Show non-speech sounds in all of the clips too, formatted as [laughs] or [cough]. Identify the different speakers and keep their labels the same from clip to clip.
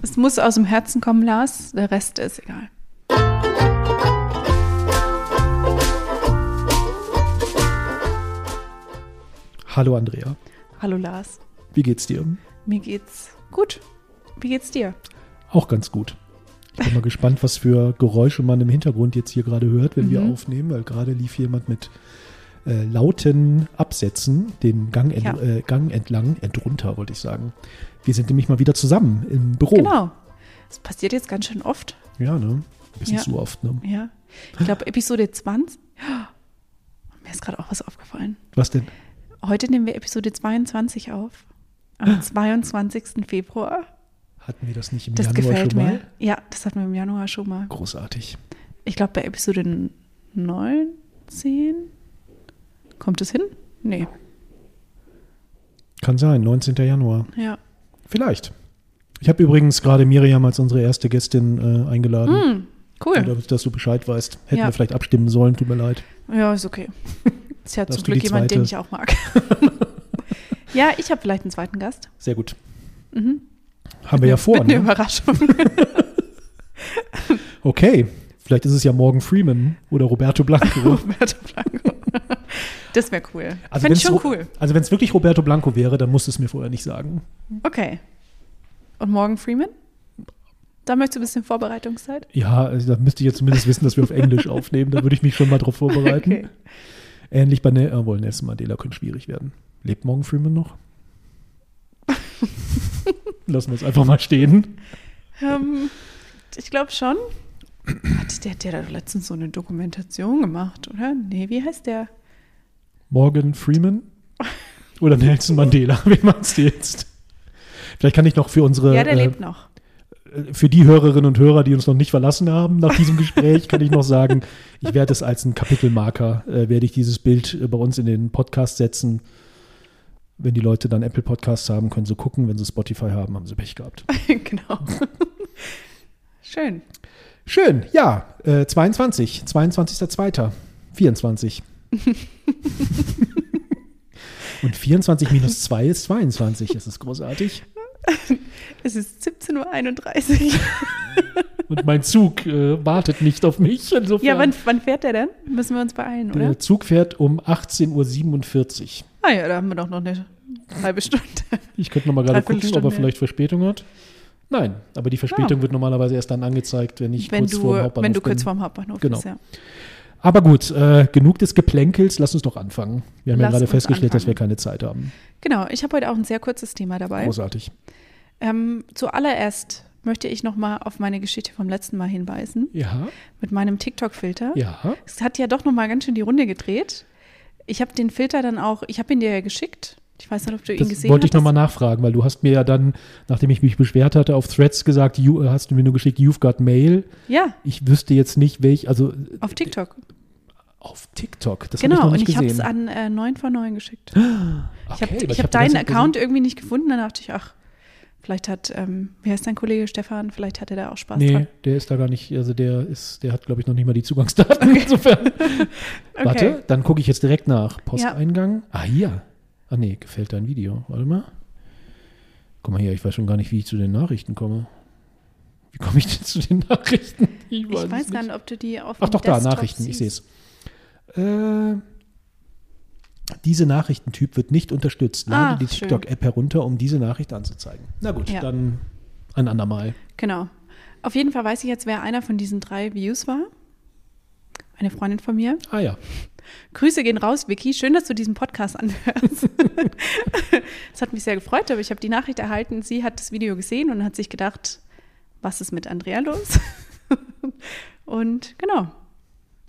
Speaker 1: Es muss aus dem Herzen kommen, Lars. Der Rest ist egal.
Speaker 2: Hallo Andrea,
Speaker 1: Hallo, Lars.
Speaker 2: wie geht's dir?
Speaker 1: Mir geht's gut. Wie geht's dir?
Speaker 2: Auch ganz gut. Ich bin mal gespannt, was für Geräusche man im Hintergrund jetzt hier gerade hört, wenn wir
Speaker 1: Mhm.
Speaker 2: aufnehmen, weil gerade lief jemand mit äh, lauten Absätzen den Gang, ent,
Speaker 1: Ja.
Speaker 2: äh, Gang entlang, entrunter wollte ich sagen. Wir sind nämlich mal wieder zusammen im Büro.
Speaker 1: Genau. Das passiert jetzt ganz schön oft.
Speaker 2: Ja, ne? Ein bisschen
Speaker 1: Ja.
Speaker 2: zu oft, ne?
Speaker 1: Ja. Ich glaube, Episode 20. [gasps] Mir ist gerade auch was aufgefallen.
Speaker 2: Was denn?
Speaker 1: Heute nehmen wir Episode 22 auf. Am 22. Februar.
Speaker 2: Hatten wir das nicht Ah. im
Speaker 1: Das
Speaker 2: Januar
Speaker 1: gefällt
Speaker 2: schon mal?
Speaker 1: mir. Ja, das hatten wir im Januar schon mal.
Speaker 2: Großartig.
Speaker 1: Ich glaube, bei Episode 19 kommt es hin? Nee,
Speaker 2: Kann sein, 19. Januar.
Speaker 1: ja.
Speaker 2: Vielleicht. Ich habe übrigens gerade Miriam als unsere erste Gästin äh, eingeladen.
Speaker 1: Hm, cool.
Speaker 2: Oder, dass du Bescheid weißt. Hätten
Speaker 1: Ja.
Speaker 2: wir vielleicht abstimmen sollen, tut mir leid.
Speaker 1: Ja, ist
Speaker 2: [laughs]
Speaker 1: okay. Ist ja zum
Speaker 2: Darfst du
Speaker 1: Glück
Speaker 2: die
Speaker 1: jemand, den
Speaker 2: zweite?
Speaker 1: ich auch mag. [laughs] ja, ich habe vielleicht einen zweiten Gast.
Speaker 2: Sehr gut.
Speaker 1: Mhm.
Speaker 2: Haben wir ja vor.
Speaker 1: Mit einer
Speaker 2: Ne?
Speaker 1: Überraschung.
Speaker 2: [laughs]
Speaker 1: [laughs]
Speaker 2: Okay. Vielleicht ist es ja Morgan Freeman oder
Speaker 1: [laughs]
Speaker 2: Roberto Blanco.
Speaker 1: Roberto Blanco. Das wäre cool.
Speaker 2: Also
Speaker 1: Fände ich
Speaker 2: wenn's
Speaker 1: schon
Speaker 2: Ro-
Speaker 1: cool.
Speaker 2: also wenn es wirklich Roberto Blanco wäre, dann musst du es mir vorher nicht sagen.
Speaker 1: Okay. Und morgen Freeman? Da möchtest du ein bisschen Vorbereitungszeit?
Speaker 2: Ja, also da müsste ich jetzt zumindest wissen, dass wir
Speaker 1: [laughs]
Speaker 2: auf Englisch aufnehmen. Da würde ich mich schon mal drauf vorbereiten.
Speaker 1: Okay.
Speaker 2: Ähnlich bei ne äh, wohl, Nelson Mandela könnte schwierig werden. Lebt Morgan
Speaker 1: [laughs]
Speaker 2: Freeman noch? Lassen wir es einfach mal stehen.
Speaker 1: Ähm, ich glaube schon. Hat der, der hat doch letztens so eine Dokumentation gemacht, oder? Nee, wie heißt der?
Speaker 2: Morgan Freeman oder Nelson Mandela? [laughs] Wie meinst du jetzt? Vielleicht kann ich noch für unsere
Speaker 1: ja, der
Speaker 2: äh,
Speaker 1: lebt noch. [laughs]
Speaker 2: für die Hörerinnen und Hörer, die uns noch nicht verlassen haben nach diesem Gespräch, kann ich noch sagen,
Speaker 1: [laughs]
Speaker 2: ich werde es als einen Kapitelmarker, äh, werde ich dieses Bild äh, bei uns in den Podcast setzen. Wenn die Leute dann Apple Podcasts haben, können sie gucken. Wenn sie Spotify haben, haben sie Pech gehabt.
Speaker 1: genau. Schön.
Speaker 2: Schön, ja, äh, 22, 22.02., [laughs] 24. Und 24 minus 2 ist 22, das ist großartig.
Speaker 1: Es ist 17.31 Uhr.
Speaker 2: Und mein Zug äh, wartet nicht auf mich. Insofern.
Speaker 1: Ja, wann, wann fährt der denn? Müssen wir uns beeilen, oder?
Speaker 2: Der Zug fährt um 18.47 Uhr.
Speaker 1: Ah ja, da haben wir doch noch eine halbe Stunde.
Speaker 2: Ich könnte nochmal gerade gucken, ob
Speaker 1: Dreiviertelstunde.
Speaker 2: er vielleicht Verspätung hat. Nein, aber die Verspätung wird normalerweise erst dann angezeigt, wenn ich
Speaker 1: Ah. wenn,
Speaker 2: kurz
Speaker 1: du,
Speaker 2: vor dem Hauptbahnhof
Speaker 1: wenn du kurz
Speaker 2: bin.
Speaker 1: vorm Hauptbahnhof
Speaker 2: Genau.
Speaker 1: bist. Ja.
Speaker 2: Aber gut, äh, genug des Geplänkels, lass uns doch anfangen. Wir haben
Speaker 1: Lass
Speaker 2: ja gerade
Speaker 1: uns
Speaker 2: festgestellt, dass wir
Speaker 1: anfangen.
Speaker 2: keine Zeit haben.
Speaker 1: Genau, ich habe heute auch ein sehr kurzes Thema dabei.
Speaker 2: Großartig.
Speaker 1: Ähm, zuallererst möchte ich nochmal auf meine Geschichte vom letzten Mal hinweisen.
Speaker 2: Ja,
Speaker 1: Mit meinem TikTok-Filter.
Speaker 2: ja.
Speaker 1: Es hat ja doch nochmal ganz schön die Runde gedreht. Ich habe den Filter dann auch, ich habe ihn dir ja geschickt. Ich weiß nicht, ob du ihn
Speaker 2: Das
Speaker 1: gesehen
Speaker 2: wollte ich
Speaker 1: hattest.
Speaker 2: nochmal nachfragen, weil du hast mir ja dann, nachdem ich mich beschwert hatte, auf Threads gesagt, you, hast du mir nur geschickt, you've got mail.
Speaker 1: Ja,
Speaker 2: Ich wüsste jetzt nicht, welch, also äh,
Speaker 1: auf TikTok.
Speaker 2: auf TikTok, das
Speaker 1: genau,
Speaker 2: habe
Speaker 1: und
Speaker 2: ich noch nicht
Speaker 1: ich habe es an
Speaker 2: gesehen.
Speaker 1: äh, 9 von 9 geschickt. ich habe
Speaker 2: Okay, weil
Speaker 1: ich
Speaker 2: hab
Speaker 1: hab
Speaker 2: die ganze
Speaker 1: deinen
Speaker 2: Zeit gesehen-
Speaker 1: Account irgendwie nicht gefunden. Dann dachte ich, ach, vielleicht hat, ähm, wie heißt dein Kollege Stefan, vielleicht hat er da auch Spaß
Speaker 2: Nee,
Speaker 1: dran.
Speaker 2: der ist da gar nicht, also der ist, der hat, glaube ich, noch
Speaker 1: [laughs]
Speaker 2: nicht mal die Zugangsdaten. [laughs] Insofern.
Speaker 1: Okay.
Speaker 2: Warte, dann gucke ich jetzt direkt nach. Posteingang. Ah, hier. Ah, nee, gefällt dein Video. Warte mal. Guck mal hier, ich weiß schon gar nicht, wie ich zu den Nachrichten komme. Wie komme ich denn zu den Nachrichten?
Speaker 1: Ich weiß,
Speaker 2: es
Speaker 1: gar nicht, ob du die auf
Speaker 2: Ach
Speaker 1: dem
Speaker 2: doch, da,
Speaker 1: Desktop
Speaker 2: Nachrichten, ich sehe
Speaker 1: siehst.
Speaker 2: es. Äh, diese Nachrichtentyp wird nicht unterstützt. Lade
Speaker 1: Ah,
Speaker 2: die
Speaker 1: schön.
Speaker 2: TikTok-App herunter, um diese Nachricht anzuzeigen. Na gut,
Speaker 1: Ja.
Speaker 2: dann ein andermal.
Speaker 1: Genau. Auf jeden Fall weiß ich jetzt, wer einer von diesen drei Views war. Eine Freundin von mir.
Speaker 2: Ah ja.
Speaker 1: Grüße gehen raus, Vicky. Schön, dass du diesen Podcast [laughs] anhörst. Es hat mich sehr gefreut, aber ich habe die Nachricht erhalten. Sie hat das Video gesehen und hat sich gedacht, was ist mit Andrea los? [laughs] und genau,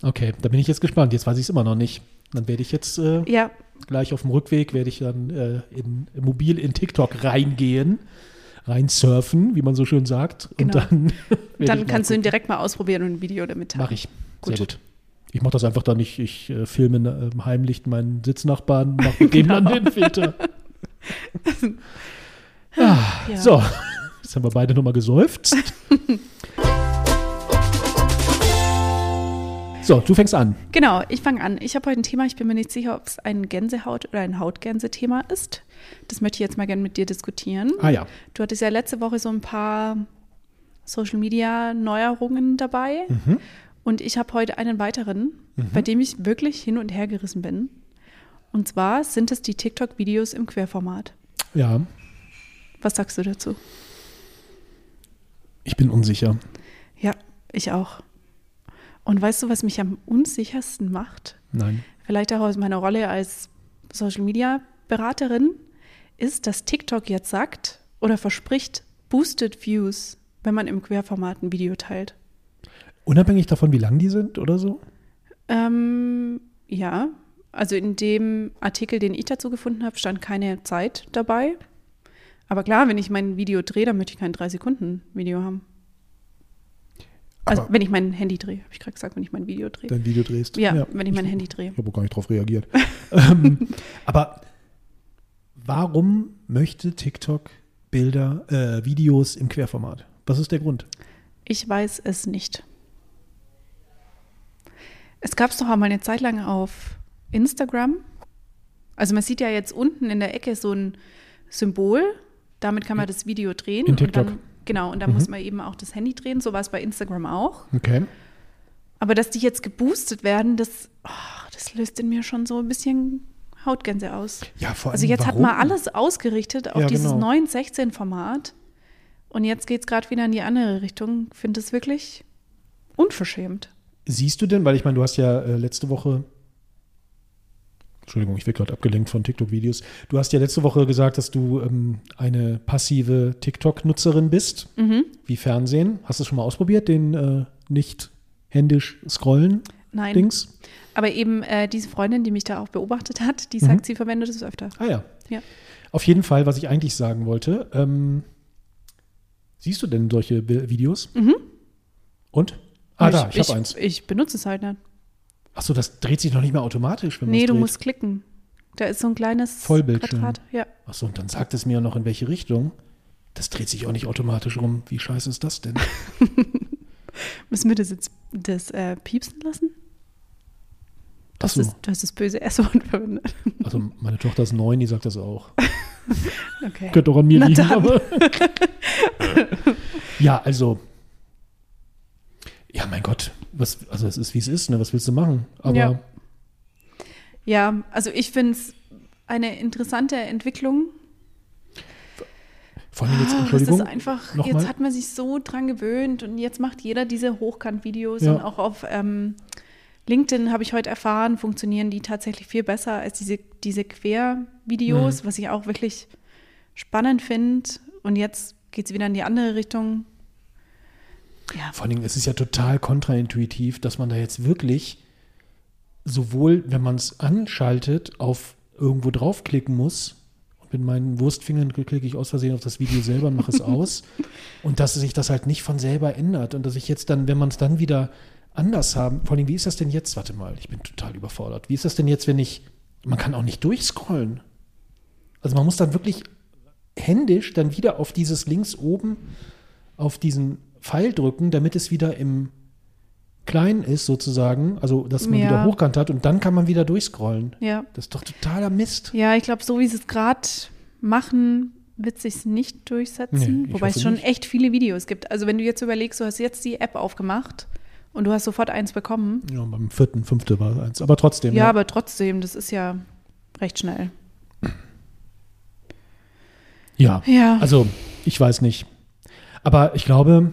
Speaker 2: Okay, da bin ich jetzt gespannt. Jetzt weiß ich es immer noch nicht. Dann werde ich jetzt äh,
Speaker 1: ja,
Speaker 2: gleich auf dem Rückweg, werde ich dann äh, in, mobil in TikTok reingehen, reinsurfen, wie man so schön sagt.
Speaker 1: Genau.
Speaker 2: Und dann, [laughs] werde
Speaker 1: dann
Speaker 2: ich
Speaker 1: kannst du ihn
Speaker 2: nachgucken.
Speaker 1: direkt mal ausprobieren und ein Video damit teilen.
Speaker 2: Mach ich.
Speaker 1: Gut.
Speaker 2: Sehr gut. Ich mache das einfach dann nicht. Ich äh, filme äh, heimlich meinen
Speaker 1: [laughs]
Speaker 2: Sitznachbarn, mache mit dem
Speaker 1: Genau.
Speaker 2: dann den Filter.
Speaker 1: Ja.
Speaker 2: So, jetzt haben wir beide
Speaker 1: [laughs]
Speaker 2: nochmal gesäuft. so, du fängst an.
Speaker 1: Genau, ich fange an. Ich habe heute ein Thema, ich bin mir nicht sicher, ob es ein Gänsehaut- oder ein Hautgänse-Thema ist. Das möchte ich jetzt mal gerne mit dir diskutieren.
Speaker 2: Ah ja.
Speaker 1: Du hattest ja letzte Woche so ein paar Social Media Neuerungen dabei.
Speaker 2: Mhm.
Speaker 1: Und ich habe heute einen weiteren, bei dem ich wirklich hin und her gerissen bin. Und zwar sind es die TikTok-Videos im Querformat.
Speaker 2: Ja,
Speaker 1: Was sagst du dazu?
Speaker 2: ich bin unsicher.
Speaker 1: Ja, ich auch. Und weißt du, was mich am unsichersten macht?
Speaker 2: Nein.
Speaker 1: Vielleicht auch aus meiner Rolle als Social Media Beraterin, ist, dass TikTok jetzt sagt oder verspricht, boosted Views, wenn man im Querformat ein Video teilt.
Speaker 2: Unabhängig davon, wie lang die sind oder so?
Speaker 1: Ähm, ja, also in dem Artikel, den ich dazu gefunden habe, stand keine Zeit dabei. Aber klar, wenn ich mein Video drehe, dann möchte ich kein 3-Sekunden-Video haben. Also
Speaker 2: Aber
Speaker 1: wenn ich mein Handy drehe, habe ich gerade gesagt, wenn ich mein Video drehe.
Speaker 2: dein Video drehst.
Speaker 1: Ja, wenn ich mein Handy drehe.
Speaker 2: Ich habe auch gar nicht
Speaker 1: [laughs]
Speaker 2: drauf reagiert. ähm, aber warum möchte TikTok Bilder, äh, Videos im Querformat? Was ist der Grund?
Speaker 1: Ich weiß es nicht. Es gab es doch einmal eine Zeit lang auf Instagram. Also man sieht ja jetzt unten in der Ecke so ein Symbol. Damit kann man das Video drehen.
Speaker 2: In
Speaker 1: Und
Speaker 2: TikTok. Mhm.
Speaker 1: dann, genau, und da muss man eben auch das Handy drehen. So war es bei Instagram auch.
Speaker 2: Okay.
Speaker 1: Aber dass die jetzt geboostet werden, das, oh, das löst in mir schon so ein bisschen Hautgänse aus.
Speaker 2: Ja, vor allem.
Speaker 1: Also jetzt hat
Speaker 2: warum?
Speaker 1: man alles ausgerichtet auf
Speaker 2: Ja,
Speaker 1: dieses
Speaker 2: genau.
Speaker 1: 9-16-Format. Und jetzt geht es gerade wieder in die andere Richtung. Ich finde es wirklich unverschämt.
Speaker 2: Siehst du denn, weil ich meine, du hast ja äh, letzte Woche. Entschuldigung, ich werde gerade abgelenkt von TikTok-Videos. Du hast ja letzte Woche gesagt, dass du ähm, eine passive TikTok-Nutzerin bist,
Speaker 1: Mhm.
Speaker 2: wie Fernsehen. Hast du es schon mal ausprobiert, den äh, nicht händisch scrollen
Speaker 1: Nein.
Speaker 2: Dings?
Speaker 1: Aber eben äh, diese Freundin, die mich da auch beobachtet hat, die
Speaker 2: Mhm.
Speaker 1: sagt, sie verwendet es öfter.
Speaker 2: Ah ja.
Speaker 1: Ja.
Speaker 2: Auf jeden Fall, was ich eigentlich sagen wollte. Ähm, siehst du denn solche Bi- Videos? Und? Ah, da, ich,
Speaker 1: Mhm. ich
Speaker 2: habe eins.
Speaker 1: Ich benutze es halt nicht.
Speaker 2: Achso, das dreht sich noch nicht mehr automatisch, wenn man
Speaker 1: Nee,
Speaker 2: es
Speaker 1: du
Speaker 2: dreht.
Speaker 1: musst klicken. Da ist so ein kleines
Speaker 2: Vollbildschirm.
Speaker 1: Quadrat. Ja.
Speaker 2: Achso, und dann sagt es mir noch, in welche Richtung. Das dreht sich auch nicht automatisch rum. Wie scheiße ist
Speaker 1: [laughs]
Speaker 2: das denn?
Speaker 1: Müssen wir das jetzt das, äh, piepsen lassen? Das
Speaker 2: Achso,
Speaker 1: ist, du hast das böse S-Wort [laughs] verwendet.
Speaker 2: also meine Tochter ist neun, die sagt das auch.
Speaker 1: Okay.
Speaker 2: Könnte auch an mir
Speaker 1: Na
Speaker 2: liegen.
Speaker 1: dann. [laughs]
Speaker 2: Aber ja, also. Ja, mein Gott. Was, also es ist, wie es ist. Ne? Was willst du machen? Aber
Speaker 1: Ja. Ja, also ich finde es eine interessante Entwicklung.
Speaker 2: vor allem jetzt,
Speaker 1: Ah, das ist
Speaker 2: Entschuldigung.
Speaker 1: einfach,
Speaker 2: noch
Speaker 1: jetzt
Speaker 2: mal.
Speaker 1: hat man sich so dran gewöhnt und jetzt macht jeder diese Hochkant-Videos
Speaker 2: Ja.
Speaker 1: und auch auf ähm, LinkedIn habe ich heute erfahren, funktionieren die tatsächlich viel besser als diese, diese Quer-Videos,
Speaker 2: Mhm.
Speaker 1: was ich auch wirklich spannend finde. Und jetzt geht es wieder in die andere Richtung. Ja,
Speaker 2: Vor allen Dingen, es ist ja total kontraintuitiv, dass man da jetzt wirklich sowohl, wenn man es anschaltet, auf irgendwo draufklicken muss. Und mit meinen Wurstfingern klicke ich aus Versehen auf das Video selber und mache es aus. Und dass sich das halt nicht von selber ändert. Und dass ich jetzt dann, wenn man es dann wieder anders haben, vor allem, wie ist das denn jetzt? Warte mal, ich bin total überfordert. Wie ist das denn jetzt, wenn ich, man kann auch nicht durchscrollen. Also man muss dann wirklich händisch dann wieder auf dieses links oben auf diesen Pfeil drücken, damit es wieder im Klein ist sozusagen, also dass man
Speaker 1: Ja.
Speaker 2: wieder hochkant hat und dann kann man wieder durchscrollen.
Speaker 1: ja.
Speaker 2: Das ist doch totaler Mist.
Speaker 1: ja ich glaube, so wie sie es gerade machen, wird sich nicht durchsetzen.
Speaker 2: Nee, ich
Speaker 1: Wobei es
Speaker 2: hoffe
Speaker 1: schon
Speaker 2: nicht.
Speaker 1: echt viele Videos gibt. Also wenn du jetzt überlegst, du hast jetzt die App aufgemacht und du hast sofort eins bekommen.
Speaker 2: Ja, beim vierten, fünften war eins, aber trotzdem. ne?
Speaker 1: Ja, aber trotzdem, das ist ja recht schnell.
Speaker 2: ja.
Speaker 1: Ja,
Speaker 2: Also, ich weiß nicht. Aber ich glaube,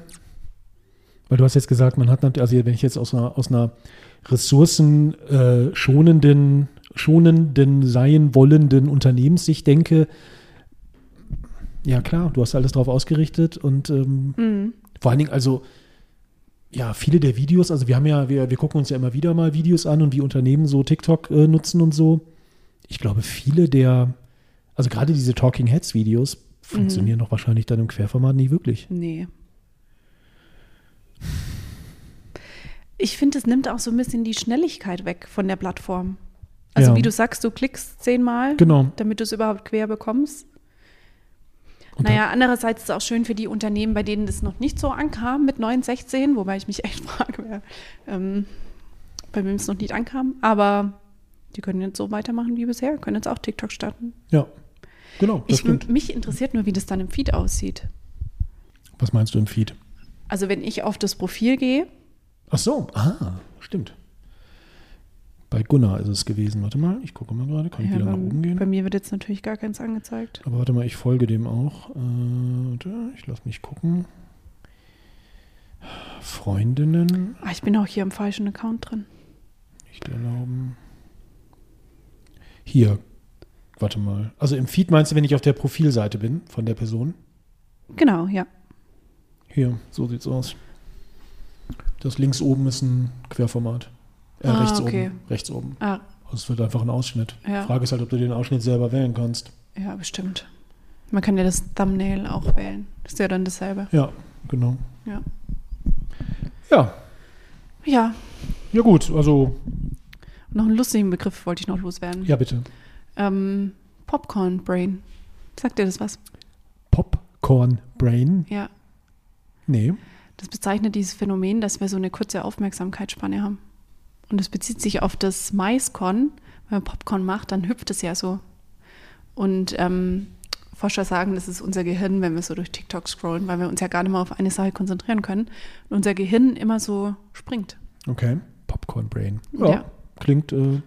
Speaker 2: weil du hast jetzt gesagt, man hat, nat- also wenn ich jetzt aus einer, aus einer ressourcenschonenden, äh, schonenden- schonenden sein wollenden Unternehmenssicht denke, ja klar, du hast alles drauf ausgerichtet und ähm,
Speaker 1: Hm,
Speaker 2: vor allen Dingen, also ja, viele der Videos, also wir haben ja, wir, wir gucken uns ja immer wieder mal Videos an und wie Unternehmen so TikTok äh, nutzen und so. Ich glaube, viele der, also gerade diese Talking Heads Videos funktionieren
Speaker 1: Mhm.
Speaker 2: doch wahrscheinlich dann im Querformat nicht wirklich.
Speaker 1: nee. Ich finde, es nimmt auch so ein bisschen die Schnelligkeit weg von der Plattform. Also
Speaker 2: Ja.
Speaker 1: wie du sagst, du klickst zehnmal,
Speaker 2: Genau.
Speaker 1: damit du es überhaupt quer bekommst.
Speaker 2: Und
Speaker 1: naja, andererseits ist es auch schön für die Unternehmen, bei denen das noch nicht so ankam mit 9, 16, wobei ich mich echt [laughs] frage, wer, ähm, bei wem es noch nicht ankam. Aber die können jetzt so weitermachen wie bisher, können jetzt auch TikTok starten.
Speaker 2: Da, ja. Genau, das
Speaker 1: Ich,
Speaker 2: stimmt.
Speaker 1: mich interessiert nur, wie das dann im Feed aussieht.
Speaker 2: Was meinst du im Feed?
Speaker 1: Also wenn ich auf das Profil gehe,
Speaker 2: Ach so, ah, stimmt. Bei Gunnar ist es gewesen. Warte mal, ich gucke mal gerade. Kann ich
Speaker 1: ja,
Speaker 2: wieder
Speaker 1: bei,
Speaker 2: nach oben gehen?
Speaker 1: bei mir wird jetzt natürlich gar keins angezeigt.
Speaker 2: Aber warte mal, ich folge dem auch. Äh, warte, ich lass mich gucken. Freundinnen,
Speaker 1: Ah, ich bin auch hier im falschen Account drin.
Speaker 2: nicht erlauben. Hier, warte mal. Also im Feed meinst du, wenn ich auf der Profilseite bin von der Person?
Speaker 1: Genau, ja.
Speaker 2: Hier, so sieht's aus. Das links oben ist ein Querformat. Äh,
Speaker 1: Ah,
Speaker 2: rechts
Speaker 1: okay.
Speaker 2: oben. Rechts oben.
Speaker 1: Ah,
Speaker 2: Also es wird einfach ein Ausschnitt.
Speaker 1: Ja.
Speaker 2: Frage ist halt, ob du den Ausschnitt selber wählen kannst.
Speaker 1: ja, bestimmt. Man kann ja das Thumbnail auch wählen. Ist ja dann dasselbe.
Speaker 2: Ja, genau.
Speaker 1: Ja.
Speaker 2: Ja,
Speaker 1: Ja,
Speaker 2: ja gut. Also,
Speaker 1: noch einen lustigen Begriff wollte ich noch loswerden.
Speaker 2: ja bitte.
Speaker 1: Ähm, Popcorn Brain. Sagt dir das was?
Speaker 2: Popcorn Brain.
Speaker 1: Ja.
Speaker 2: Nee.
Speaker 1: Das bezeichnet dieses Phänomen, dass wir so eine kurze Aufmerksamkeitsspanne haben. Und das bezieht sich auf das Maiskorn. Wenn man Popcorn macht, dann hüpft es ja so. Und ähm, Forscher sagen, das ist unser Gehirn, wenn wir so durch TikTok scrollen, weil wir uns ja gar nicht mal auf eine Sache konzentrieren können. Und unser Gehirn immer so springt.
Speaker 2: Okay. Popcorn Brain. Ja.
Speaker 1: Ja.
Speaker 2: Klingt, äh,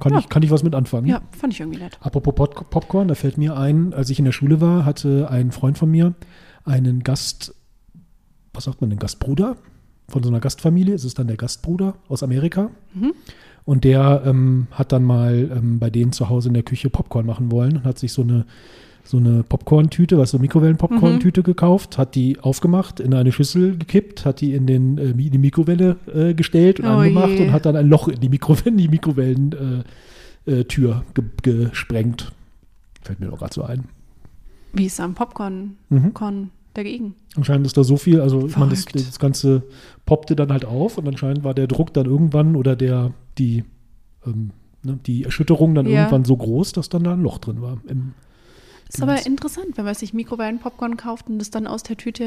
Speaker 2: kann,
Speaker 1: Ja.
Speaker 2: Ich, kann ich was mit anfangen?
Speaker 1: Ja, fand ich irgendwie nett.
Speaker 2: Apropos Pop Popcorn, da fällt mir ein, als ich in der Schule war, hatte ein Freund von mir einen Gast, was sagt man denn, Gastbruder? Von so einer Gastfamilie, es ist dann der Gastbruder aus Amerika. Und der ähm, hat dann mal ähm, bei denen zu Hause in der Küche Popcorn machen wollen und hat sich so eine, so eine Popcorn-Tüte, weißt du, Mikrowellen-Popcorn-Tüte gekauft, hat die aufgemacht, in eine Schüssel gekippt, hat die in, den, äh, in die Mikrowelle äh, gestellt und
Speaker 1: Oh
Speaker 2: angemacht
Speaker 1: je.
Speaker 2: und hat dann ein Loch in die Mikrowellen, die Mikrowellen äh, äh, Tür ge gesprengt. Fällt mir doch gerade so ein.
Speaker 1: Wie ist am Popcorn
Speaker 2: Mhm.
Speaker 1: Korn dagegen?
Speaker 2: Anscheinend ist da so viel, also ich meine, das,
Speaker 1: Verrückt.
Speaker 2: das Ganze poppte dann halt auf und anscheinend war der Druck dann irgendwann oder der, die, ähm, ne, die Erschütterung dann
Speaker 1: Ja.
Speaker 2: irgendwann so groß, dass dann da ein Loch drin war. Im,
Speaker 1: Ist aber
Speaker 2: Ganz-
Speaker 1: interessant, wenn man sich Mikrowellen-Popcorn kauft und das dann aus der Tüte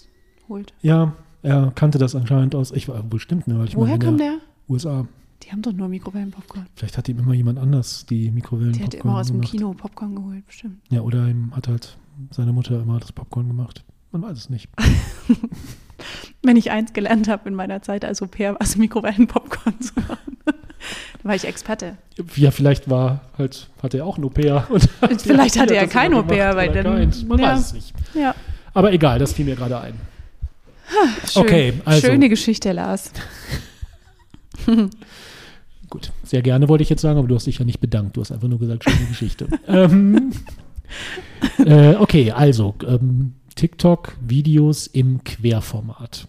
Speaker 1: herausholt.
Speaker 2: ja, er kannte das anscheinend aus, ich war bestimmt, ne, weil ich
Speaker 1: Woher
Speaker 2: meine,
Speaker 1: kam
Speaker 2: in der
Speaker 1: der?
Speaker 2: USA.
Speaker 1: Die haben doch nur Mikrowellen-Popcorn.
Speaker 2: Vielleicht hat ihm immer jemand anders die Mikrowellen
Speaker 1: Die hat immer aus dem Kino Popcorn geholt, bestimmt.
Speaker 2: Ja, oder ihm hat halt seine Mutter immer das Popcorn gemacht. Man weiß es nicht.
Speaker 1: Wenn ich eins gelernt habe in meiner Zeit als Au-pair, war [laughs] es Mikrowellen-Popcorn zu machen. da war ich Experte.
Speaker 2: Ja, vielleicht war halt, hatte er auch ein Au-pair. [laughs] und
Speaker 1: Vielleicht hatte er
Speaker 2: das
Speaker 1: kein
Speaker 2: immer
Speaker 1: Au-pair,
Speaker 2: gemacht
Speaker 1: weil
Speaker 2: oder
Speaker 1: dann-
Speaker 2: keins. Man
Speaker 1: ja.
Speaker 2: weiß es nicht.
Speaker 1: Ja,
Speaker 2: Aber egal, das fiel mir gerade ein.
Speaker 1: schön.
Speaker 2: Okay, also-
Speaker 1: Schöne Geschichte, Lars.
Speaker 2: Gut, sehr gerne wollte ich jetzt sagen, aber du hast dich ja nicht bedankt. Du hast einfach nur gesagt, schöne
Speaker 1: [laughs]
Speaker 2: Geschichte. ähm, äh, okay, also ähm, TikTok-Videos im Querformat.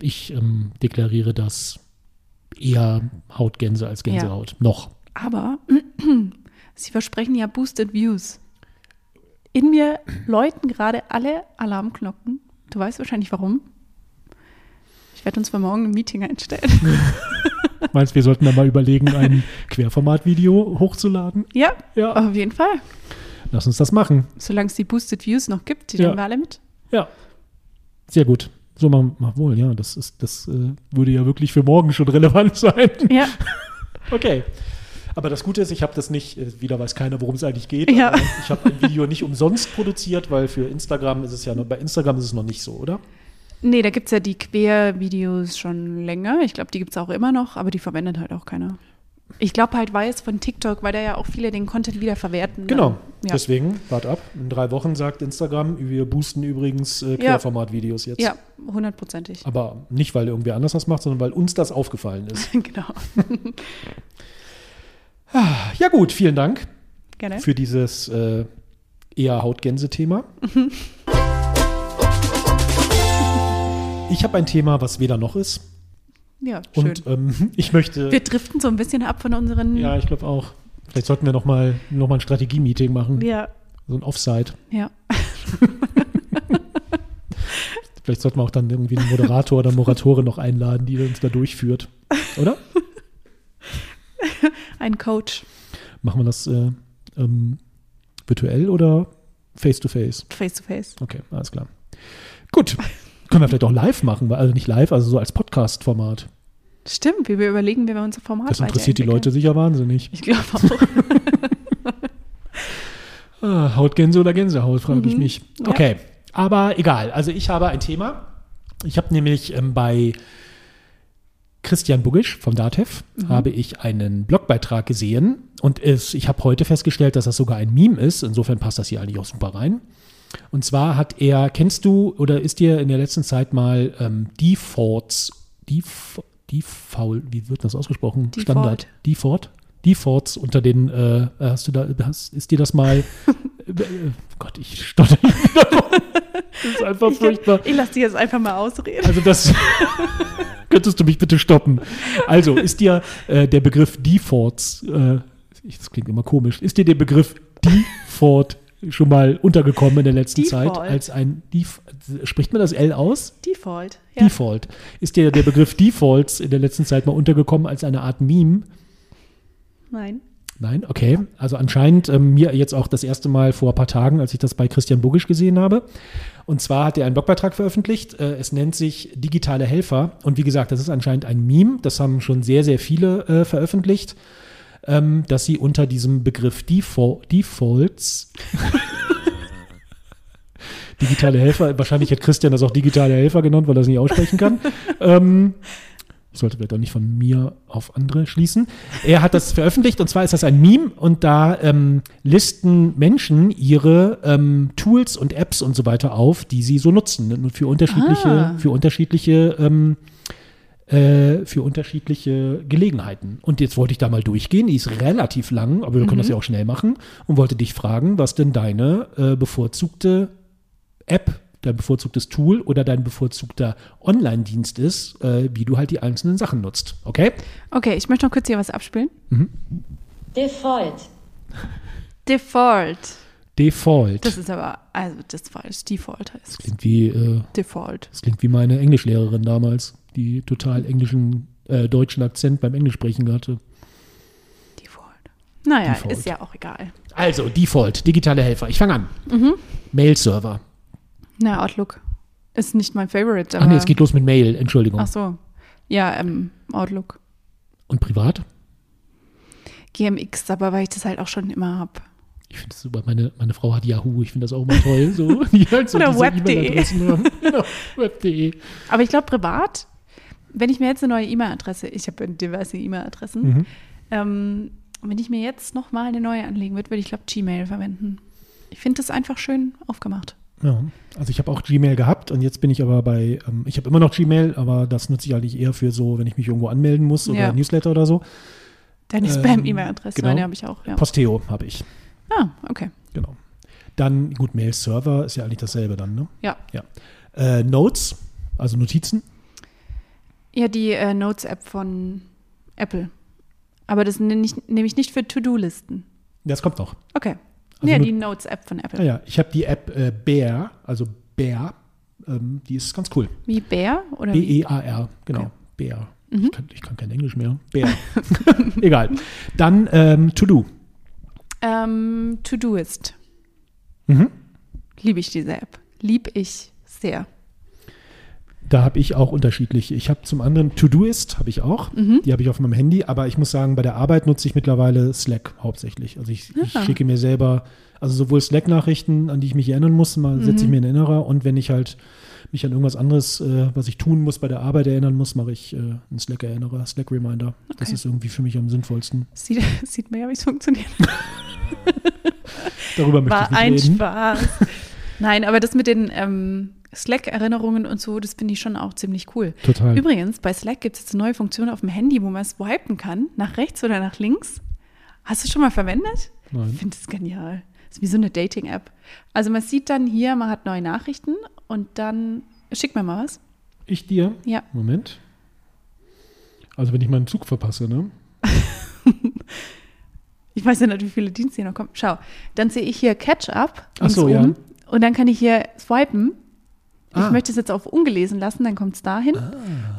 Speaker 2: Ich ähm, deklariere das eher Hautgänse als Gänsehaut. Noch.
Speaker 1: Aber [clears throat] sie versprechen ja Boosted Views. In mir läuten gerade alle Alarmglocken. Du weißt wahrscheinlich warum. Ich werde uns für morgen ein Meeting einstellen. [laughs]
Speaker 2: Meinst du, wir sollten da mal überlegen, ein Querformat-Video hochzuladen?
Speaker 1: Ja,
Speaker 2: Ja,
Speaker 1: auf jeden Fall.
Speaker 2: lass uns das machen.
Speaker 1: Solange es die Boosted Views noch gibt, die
Speaker 2: Ja.
Speaker 1: nehmen wir alle mit.
Speaker 2: Ja. Sehr gut. So machen mach wohl, ja. Das ist, das äh, würde ja wirklich für morgen schon relevant [laughs] sein.
Speaker 1: Ja,
Speaker 2: Okay. Aber das Gute ist, ich habe das nicht, äh, wieder weiß keiner, worum es eigentlich geht.
Speaker 1: Ja.
Speaker 2: aber Ich habe ein Video nicht umsonst produziert, weil für Instagram ist es ja noch, bei Instagram ist es noch nicht so, oder?
Speaker 1: Nee, da gibt es ja die Quervideos schon länger. Ich glaube, die gibt es auch immer noch, aber die verwendet halt auch keiner. Ich glaube halt, weil es von TikTok, weil da ja auch viele den Content wieder verwerten.
Speaker 2: Genau.
Speaker 1: Dann, ja.
Speaker 2: Deswegen, wart ab. In drei Wochen sagt Instagram, wir boosten übrigens äh, Querformat-Videos jetzt.
Speaker 1: ja, hundertprozentig.
Speaker 2: Aber nicht, weil irgendwer anders das macht, sondern weil uns das aufgefallen ist.
Speaker 1: [laughs] genau.
Speaker 2: Ja gut, vielen Dank
Speaker 1: Gerne.
Speaker 2: für dieses äh, eher Hautgänse-Thema.
Speaker 1: Mhm.
Speaker 2: Ich habe ein Thema, was weder noch ist.
Speaker 1: Ja, schön.
Speaker 2: Und ähm, [laughs] ich möchte.
Speaker 1: wir driften so ein bisschen ab von unseren.
Speaker 2: Ja, ich glaube auch. Vielleicht sollten wir nochmal noch mal ein Strategie-Meeting machen.
Speaker 1: ja.
Speaker 2: So ein Offside.
Speaker 1: ja.
Speaker 2: Vielleicht sollten wir auch dann irgendwie einen Moderator oder Moderatorin noch einladen, die uns da durchführt. Oder?
Speaker 1: Ein Coach
Speaker 2: Machen wir das äh, ähm, virtuell oder face-to-face?
Speaker 1: face to face.
Speaker 2: Okay, alles klar. Gut. Können wir vielleicht auch live machen, weil- also nicht live, also so als Podcast-Format.
Speaker 1: Stimmt, wie wir überlegen, wie wir unser Format
Speaker 2: Das interessiert die Leute sicher wahnsinnig.
Speaker 1: Ich glaube
Speaker 2: [laughs]
Speaker 1: auch.
Speaker 2: Ah, Hautgänse oder Gänsehaut, frage ich mich.
Speaker 1: Ja.
Speaker 2: Okay, Aber egal, also ich habe ein Thema. Ich habe nämlich ähm, bei Christian Bugisch vom DATEV habe ich einen Blogbeitrag gesehen und es, ich habe heute festgestellt, dass das sogar ein Meme ist. Insofern passt das hier eigentlich auch super rein. Und zwar hat er, kennst du oder ist dir in der letzten Zeit mal ähm, Defaults, Def, Default, wie wird das ausgesprochen?
Speaker 1: Default.
Speaker 2: Standard. Default? Defaults unter den, äh, hast du da, hast, ist dir das mal, äh, Gott, ich stotter hier wieder rum. Das ist einfach furchtbar.
Speaker 1: Ich lasse die jetzt einfach mal ausreden.
Speaker 2: Also das [laughs] könntest du mich bitte stoppen. Also ist dir äh, der Begriff Defaults, äh, ich- das klingt immer komisch, ist dir der Begriff Default schon mal untergekommen in der letzten
Speaker 1: Default.
Speaker 2: Zeit als ein Def spricht man das L aus?
Speaker 1: Default. Ja.
Speaker 2: Default. Ist dir der Begriff Defaults in der letzten Zeit mal untergekommen als eine Art Meme?
Speaker 1: Nein.
Speaker 2: Nein, okay. Also anscheinend ähm, mir jetzt auch das erste Mal vor ein paar Tagen, als ich das bei Christian Bugisch gesehen habe. Und zwar hat er einen Blogbeitrag veröffentlicht. Äh, es nennt sich Digitale Helfer. Und wie gesagt, das ist anscheinend ein Meme. Das haben schon sehr, sehr viele äh, veröffentlicht, ähm, dass sie unter diesem Begriff Defo Defaults. digitale Helfer, wahrscheinlich hat Christian das auch digitale Helfer genannt, weil er es nicht aussprechen kann. ähm, ich sollte vielleicht auch nicht von mir auf andere schließen. Er hat das veröffentlicht und zwar ist das ein Meme und da ähm, listen Menschen ihre ähm, Tools und Apps und so weiter auf, die sie so nutzen ne, für unterschiedliche,
Speaker 1: Ah.
Speaker 2: für unterschiedliche, ähm, äh, für unterschiedliche Gelegenheiten. Und jetzt wollte ich da mal durchgehen. Die ist relativ lang, aber wir können das ja auch schnell machen und wollte dich fragen, was denn deine äh, bevorzugte App, dein bevorzugtes Tool oder dein bevorzugter Online-Dienst ist, äh, wie du halt die einzelnen Sachen nutzt. Okay?
Speaker 1: Okay, ich möchte noch kurz hier was abspielen.
Speaker 3: Default.
Speaker 1: Default.
Speaker 2: Default.
Speaker 1: Das ist aber, also das war das Default heißt.
Speaker 2: klingt wie, äh,
Speaker 1: Default.
Speaker 2: das klingt wie meine Englischlehrerin damals, die total englischen, äh, deutschen Akzent beim Englischsprechen hatte.
Speaker 1: Default. Naja,
Speaker 2: Default.
Speaker 1: ist ja auch egal.
Speaker 2: Also, Default, digitale Helfer. Ich fange an.
Speaker 1: Mhm.
Speaker 2: Mail-Server.
Speaker 1: Na, Outlook. Ist nicht mein Favorite, aber.
Speaker 2: Ah, nee, es geht los mit Mail, Entschuldigung.
Speaker 1: Ach so. Ja, ähm, Outlook.
Speaker 2: Und privat?
Speaker 1: GMX, aber weil ich das halt auch schon immer hab.
Speaker 2: Ich finde das super. Meine, meine Frau hat Yahoo. Ich finde das auch immer toll. So, [laughs] die halt so
Speaker 1: Oder
Speaker 2: diese
Speaker 1: web.de. [laughs]
Speaker 2: E-Mail-Adressen haben. Genau, web.de.
Speaker 1: Aber ich glaube, privat, wenn ich mir jetzt eine neue E-Mail-Adresse, ich habe diverse E-Mail-Adressen,
Speaker 2: Hm. Mhm.
Speaker 1: ähm, wenn ich mir jetzt nochmal eine neue anlegen würde, würde ich, glaube Gmail verwenden. Ich finde das einfach schön aufgemacht.
Speaker 2: Ja, also ich habe auch Gmail gehabt und jetzt bin ich aber bei, ähm, ich habe immer noch Gmail, aber das nutze ich eigentlich eher für so, wenn ich mich irgendwo anmelden muss oder
Speaker 1: Ja.
Speaker 2: Newsletter oder so.
Speaker 1: Deine
Speaker 2: Ähm,
Speaker 1: Spam-E-Mail-Adresse,
Speaker 2: genau.
Speaker 1: meine habe ich auch. Ja.
Speaker 2: Posteo habe ich,
Speaker 1: Ah, okay.
Speaker 2: genau. Dann, gut, Mail-Server ist ja eigentlich dasselbe dann, ne?
Speaker 1: Ja.
Speaker 2: Ja. Äh, Notes, also Notizen.
Speaker 1: Ja, die äh, Notes-App von Apple. Aber das nehme ich, nehm ich nicht für To-Do-Listen.
Speaker 2: Das kommt noch.
Speaker 1: Okay.
Speaker 2: Also
Speaker 1: ja,
Speaker 2: nur- Ah,
Speaker 1: die Notes-App von Apple.
Speaker 2: Ja, ja. ich habe die App äh, Bear, also Bear, ähm, die ist ganz cool.
Speaker 1: Wie Bär oder wie?
Speaker 2: B-E-A-R, genau. Bear.
Speaker 1: Mhm.
Speaker 2: Ich, kann, ich kann kein Englisch mehr. Bear.
Speaker 1: [laughs]
Speaker 2: Egal. Dann ähm, To-Do.
Speaker 1: Ähm, To-Doist.
Speaker 2: Mhm.
Speaker 1: Liebe ich diese App. Lieb ich sehr.
Speaker 2: Da habe ich auch unterschiedliche. Ich habe zum anderen To-Doist, habe ich auch.
Speaker 1: Mhm.
Speaker 2: Die habe ich auf meinem Handy. Aber ich muss sagen, bei der Arbeit nutze ich mittlerweile Slack hauptsächlich. Also ich, ich
Speaker 1: Ah.
Speaker 2: schicke mir selber, also sowohl Slack-Nachrichten, an die ich mich erinnern muss, mal
Speaker 1: Mhm.
Speaker 2: setze ich mir einen Erinnerer. Und wenn ich halt mich an irgendwas anderes, äh, was ich tun muss, bei der Arbeit erinnern muss, mache ich äh, einen Slack-Erinnerer, Slack-Reminder. Das
Speaker 1: Okay.
Speaker 2: ist irgendwie für mich am sinnvollsten.
Speaker 1: Sieht, [laughs] sieht man ja, wie es funktioniert.
Speaker 2: Darüber möchte
Speaker 1: War
Speaker 2: ich nicht
Speaker 1: ein
Speaker 2: reden.
Speaker 1: Spaß. Nein, aber das mit den ähm, Slack-Erinnerungen und so, das finde ich schon auch ziemlich cool.
Speaker 2: Total.
Speaker 1: Übrigens, bei Slack gibt es jetzt eine neue Funktion auf dem Handy, wo man swipen kann, nach rechts oder nach links. Hast du schon mal verwendet?
Speaker 2: Nein.
Speaker 1: Ich finde das genial. Das ist wie so eine Dating-App. Also man sieht dann hier, man hat neue Nachrichten und dann schick mir mal was.
Speaker 2: Ich dir?
Speaker 1: Ja.
Speaker 2: Moment. Also wenn ich meinen Zug verpasse, ne?
Speaker 1: Ich weiß ja nicht, wie viele Dienste hier noch kommen. Schau, dann sehe ich hier Catch-up
Speaker 2: Ach so, ja.
Speaker 1: oben und dann kann ich hier swipen.
Speaker 2: Ah. Ah.
Speaker 1: Ich möchte es jetzt auf ungelesen lassen, dann kommt es dahin.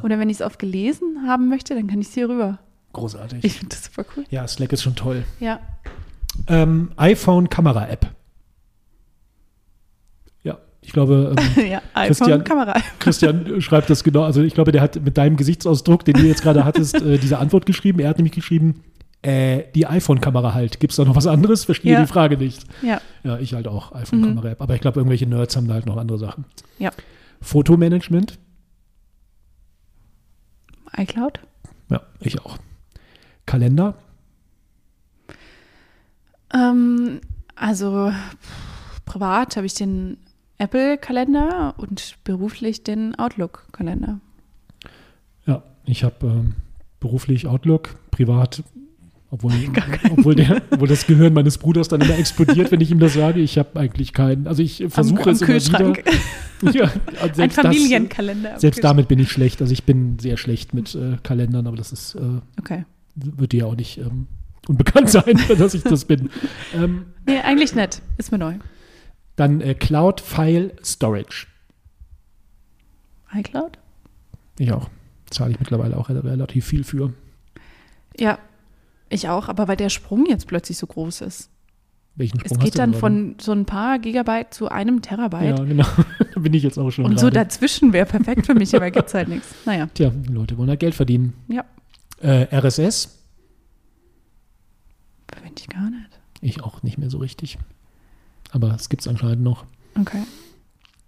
Speaker 1: Oder wenn ich es auf gelesen haben möchte, dann kann ich es hier rüber.
Speaker 2: Großartig.
Speaker 1: Ich finde das super cool.
Speaker 2: ja, Slack ist schon toll.
Speaker 1: Ja, [laughs]
Speaker 2: Ähm, iPhone-Kamera-App. Ja, ich glaube,
Speaker 1: [laughs]
Speaker 2: ähm,
Speaker 1: ja
Speaker 2: Christian-
Speaker 1: iPhone-Kamera.
Speaker 2: Christian schreibt das genau. Also ich glaube, der hat mit deinem Gesichtsausdruck, den du jetzt gerade hattest, äh, diese Antwort geschrieben. Er hat nämlich geschrieben, äh, die iPhone-Kamera halt. Gibt es da noch was anderes? Verstehe
Speaker 1: Ja.
Speaker 2: die Frage nicht.
Speaker 1: Ja,
Speaker 2: Ja, ich halt auch, iPhone-Kamera-App. Aber ich glaube, irgendwelche Nerds haben da halt noch andere Sachen.
Speaker 1: ja.
Speaker 2: Fotomanagement?
Speaker 1: iCloud?
Speaker 2: Ja, ich auch. Kalender?
Speaker 1: Ähm, also pff, privat habe ich den Apple-Kalender und beruflich den Outlook-Kalender.
Speaker 2: Ja, ich habe ähm, beruflich Outlook, privat, obwohl,
Speaker 1: [laughs]
Speaker 2: obwohl, der, obwohl das Gehirn meines Bruders dann immer explodiert, wenn ich ihm das sage. Ich habe eigentlich keinen, also ich versuche
Speaker 1: am, am
Speaker 2: es immer
Speaker 1: [laughs] Kühlschrank.
Speaker 2: wieder. [laughs] Ja, selbst
Speaker 1: Ein
Speaker 2: das- äh,
Speaker 1: Familienkalender. am
Speaker 2: Selbst
Speaker 1: Kühlschrank.
Speaker 2: damit bin ich schlecht. Also ich bin sehr schlecht mit äh, Kalendern, aber das ist, äh,
Speaker 1: Okay.
Speaker 2: wird dir ja auch nicht ähm, unbekannt [laughs] sein, dass ich das bin. Ähm,
Speaker 1: Nee, eigentlich nett. Ist mir neu.
Speaker 2: dann äh, Cloud File Storage.
Speaker 1: iCloud?
Speaker 2: Ich auch. Zahle ich mittlerweile auch relativ viel für.
Speaker 1: Ja, ich auch, aber weil der Sprung jetzt plötzlich so groß ist.
Speaker 2: Welchen Sprung
Speaker 1: Es
Speaker 2: hast
Speaker 1: geht
Speaker 2: du
Speaker 1: dann
Speaker 2: denn gerade?
Speaker 1: von so ein paar Gigabyte zu einem Terabyte.
Speaker 2: Ja, genau. [laughs] da bin ich jetzt auch schon
Speaker 1: Und so
Speaker 2: gerade.
Speaker 1: dazwischen wäre perfekt für mich, aber gibt's halt nichts. Naja,
Speaker 2: Tja, die Leute wollen ja Geld verdienen.
Speaker 1: ja,
Speaker 2: Äh, RSS?
Speaker 1: finde ich gar nicht.
Speaker 2: Ich auch nicht mehr so richtig. Aber es gibt es anscheinend noch.
Speaker 1: Okay.